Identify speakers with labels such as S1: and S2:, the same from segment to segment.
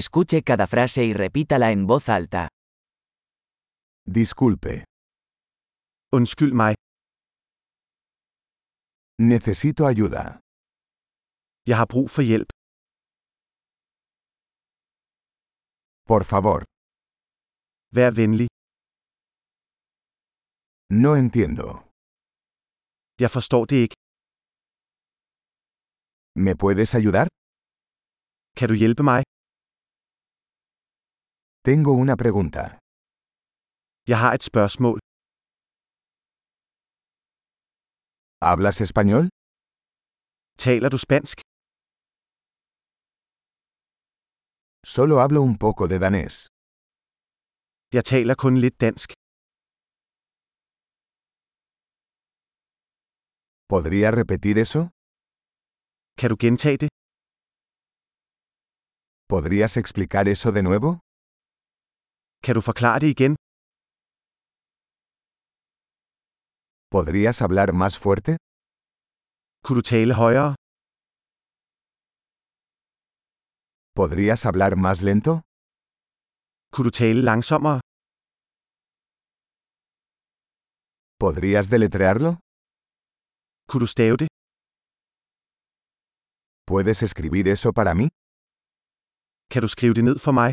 S1: Escuche cada frase y repítala en voz alta.
S2: Disculpe,
S3: Undskyld mig.
S2: necesito ayuda.
S3: Jeg har brug for hjælp.
S2: Por favor,
S3: Vær venlig.
S2: no entiendo.
S3: Jeg forstår det ikke.
S2: ¿Me puedes ayudar?
S3: Kan du hjælpe mig?
S2: Tengo una pregunta.
S3: Jeg har et spørgsmål.
S2: ¿Hablas español?
S3: Taler du spansk?
S2: Solo hablo un poco de danés.
S3: Jeg taler kun lidt dansk.
S2: ¿Podría repetir eso?
S3: Kan du gentage det?
S2: ¿Podrías explicar eso de nuevo?
S3: Kan du forklare det igen?
S2: ¿Podrías hablar más fuerte?
S3: Kunne du tale højere?
S2: ¿Podrías hablar más lento?
S3: Kunne du tale langsommere?
S2: ¿Podrías deletrearlo?
S3: Kunne du stave det?
S2: ¿Puedes escribir eso para mí?
S3: Kan du skrive det ned for mig?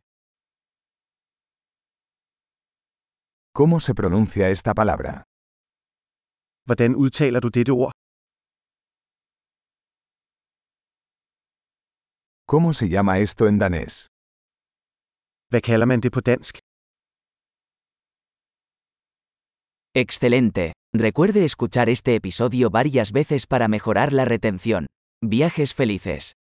S2: ¿Cómo se pronuncia esta palabra?
S3: Hvordan udtaler du dette ord?
S2: ¿Cómo se llama esto en danés?
S3: Hvad kalder man det på dansk?
S1: Excelente. Recuerde escuchar este episodio varias veces para mejorar la retención. Viajes felices.